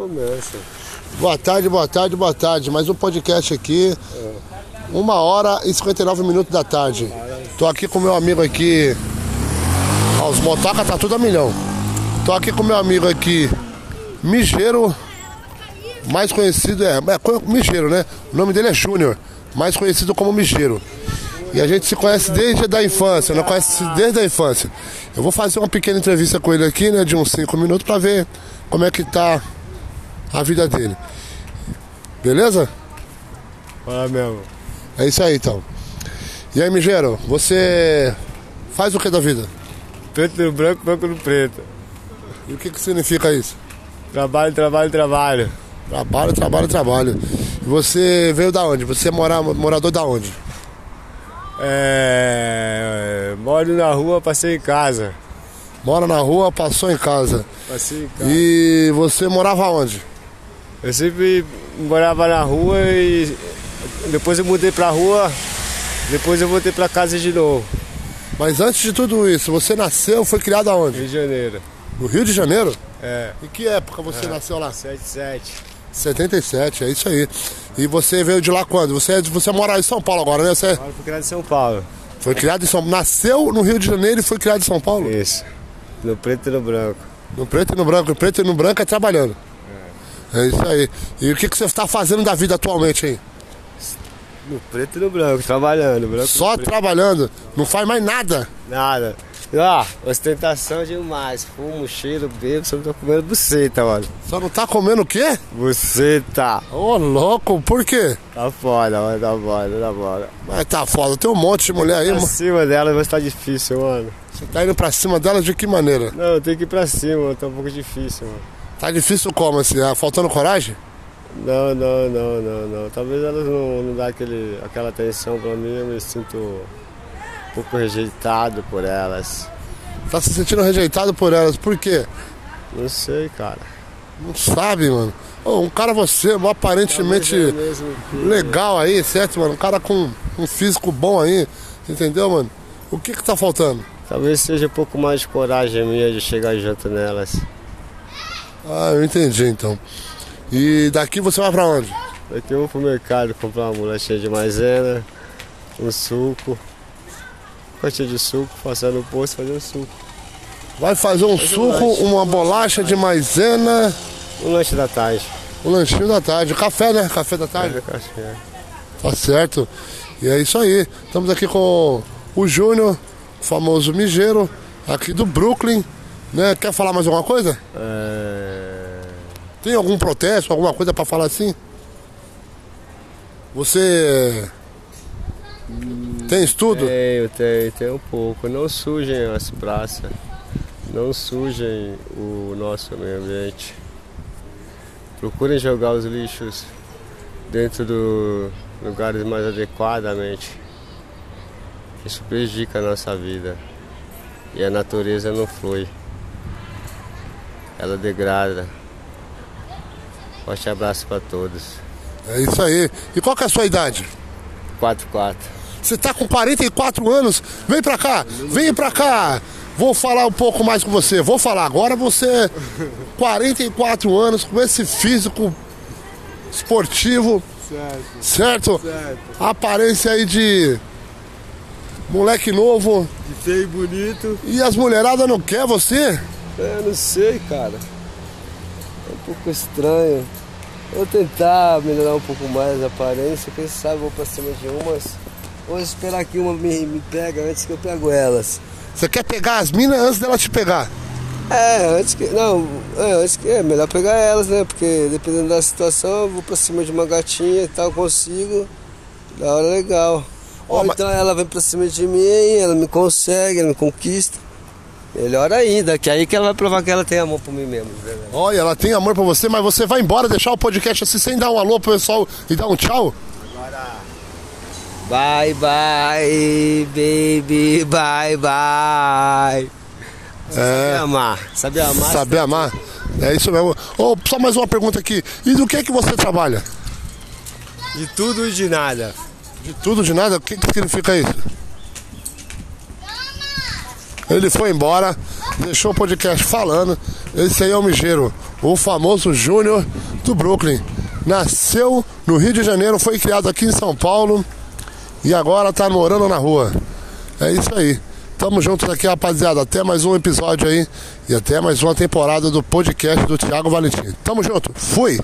Começa. Boa tarde, boa tarde, boa tarde. Mais um podcast aqui. Uma hora e 59 minutos da tarde. Tô aqui com meu amigo aqui. Ó, os motoca tá tudo a milhão. Tô aqui com meu amigo aqui, Migeiro. Mais conhecido é, é co- Migeiro, né? O nome dele é Júnior, mais conhecido como Migeiro. E a gente se conhece desde a infância, né? Conhece desde a infância. Eu vou fazer uma pequena entrevista com ele aqui, né? De uns 5 minutos pra ver como é que tá a vida dele. Beleza? Fala mesmo. É isso aí então. E aí, Migeiro, você faz o que da vida? Preto no branco, branco no preto. E o que, que significa isso? Trabalho, trabalho, trabalho. Trabalho, trabalho, trabalho. E Você veio da onde? Você é mora, morador da onde? É. Moro na rua, passei em casa. Mora na rua, passou em casa. Passei em casa. E você morava onde? Eu sempre morava na rua e depois eu mudei pra rua, depois eu voltei pra casa de novo, Mas antes de tudo isso, você nasceu, foi criado aonde? Rio de Janeiro. No Rio de Janeiro? É, Em que época você nasceu lá? 77. 77, é isso aí. E você veio de lá quando? Você, é de- você mora em São Paulo agora, né? Você Moro pro criado de São Paulo. foi criado em São Nasceu no Rio de Janeiro e foi criado em São Paulo? Isso. No preto e no branco. No preto e no branco. No preto e no branco é trabalhando. É isso aí. E o que, que você está fazendo da vida atualmente aí? No preto e no branco, trabalhando. Branco Só trabalhando, não faz mais nada. Nada. Ó, ostentação demais. Fumo, cheiro, bebo, só não tô comendo buceta, mano. Só não tá comendo o quê? Buceta. Ô, louco, por quê? Tá foda, mano, tá foda, tá foda. Mas tá foda, tem um monte de mulher aí, Pra mano. cima dela, mas tá difícil, mano. Você tá indo pra cima dela de que maneira? Não, eu tenho que ir pra cima, mano. Tá um pouco difícil, mano. Tá difícil como assim? Ah, Faltando coragem? Não, não, não, não, não. Talvez elas não, não dá aquele, aquela atenção pra mim, eu me sinto um pouco rejeitado por elas. Tá se sentindo rejeitado por elas, por quê? Não sei, cara. Não sabe, mano. Ô, um cara você, mó aparentemente Talvez é mesmo que- legal aí, certo, mano? Um cara com um físico bom aí, entendeu, mano? O que que tá faltando? Talvez seja um pouco mais de coragem minha de chegar junto nelas. Ah, eu entendi então. E daqui você vai pra onde? Daqui eu vou pro mercado comprar uma bolachinha de maisena, um suco, caixinha de suco, passar no posto fazer um suco. Vai fazer um suco, lanche. uma bolacha de maisena, Um lanche da tarde. um lanchinho da tarde. Café, né? Café da tarde. Café. Tá certo. E é isso aí. Estamos aqui com o Júnior, famoso migeiro, aqui do Brooklyn. Né? Quer falar mais alguma coisa? É... Tem algum protesto, alguma coisa pra falar assim? Você tem estudo? Tenho, tenho, tenho um pouco. Não sujem as praças, não sujem o nosso meio ambiente. Procurem jogar os lixos dentro dos lugares mais adequadamente. Isso prejudica a nossa vida. E a natureza não flui. Ela degrada. Forte abraço para todos. É isso aí. E qual que é a sua idade? 4-4. Você tá com 44 anos, vem pra cá, vem pra cá. Vou falar um pouco mais com você. Vou falar agora você 44 anos com esse físico esportivo, Certo, certo? certo. Aparência aí de moleque novo De feio bonito. e as mulheradas não quer você? Eu não sei, cara. É um pouco estranho. Vou tentar melhorar um pouco mais a aparência, quem sabe vou pra cima de umas. Ou esperar que uma me, me pega antes que eu pego elas. Você quer pegar as minas antes dela te pegar? É, antes que. Não, é, antes que. É melhor pegar elas, né? Porque dependendo da situação, eu vou pra cima de uma gatinha e tal, consigo. Da hora é legal. Ó, Ou mas- então ela vem pra cima de mim, ela me consegue, ela me conquista. Melhor ainda, que aí que ela vai provar que ela tem amor por mim mesmo, né? de verdade. Olha, ela tem amor pra você, mas você vai embora deixar o podcast assim sem dar um alô pro pessoal e dar um tchau? Bye bye, baby, bye bye. Sabe É. amar, sabe amar. Saber amar. É isso mesmo. Ô, só mais uma pergunta aqui. E do que que você trabalha? De tudo e de nada. De tudo, de nada? O que, que significa isso? Ele foi embora, deixou o podcast falando. Esse aí é o Migeiro, o o famoso Júnior do Brooklyn. Nasceu no Rio de Janeiro, foi criado aqui em São Paulo e agora tá morando na rua. É isso aí. Tamo junto aqui, rapaziada. Até mais um episódio aí e até mais uma temporada do podcast do Thiago Valentim. Tamo junto. Fui.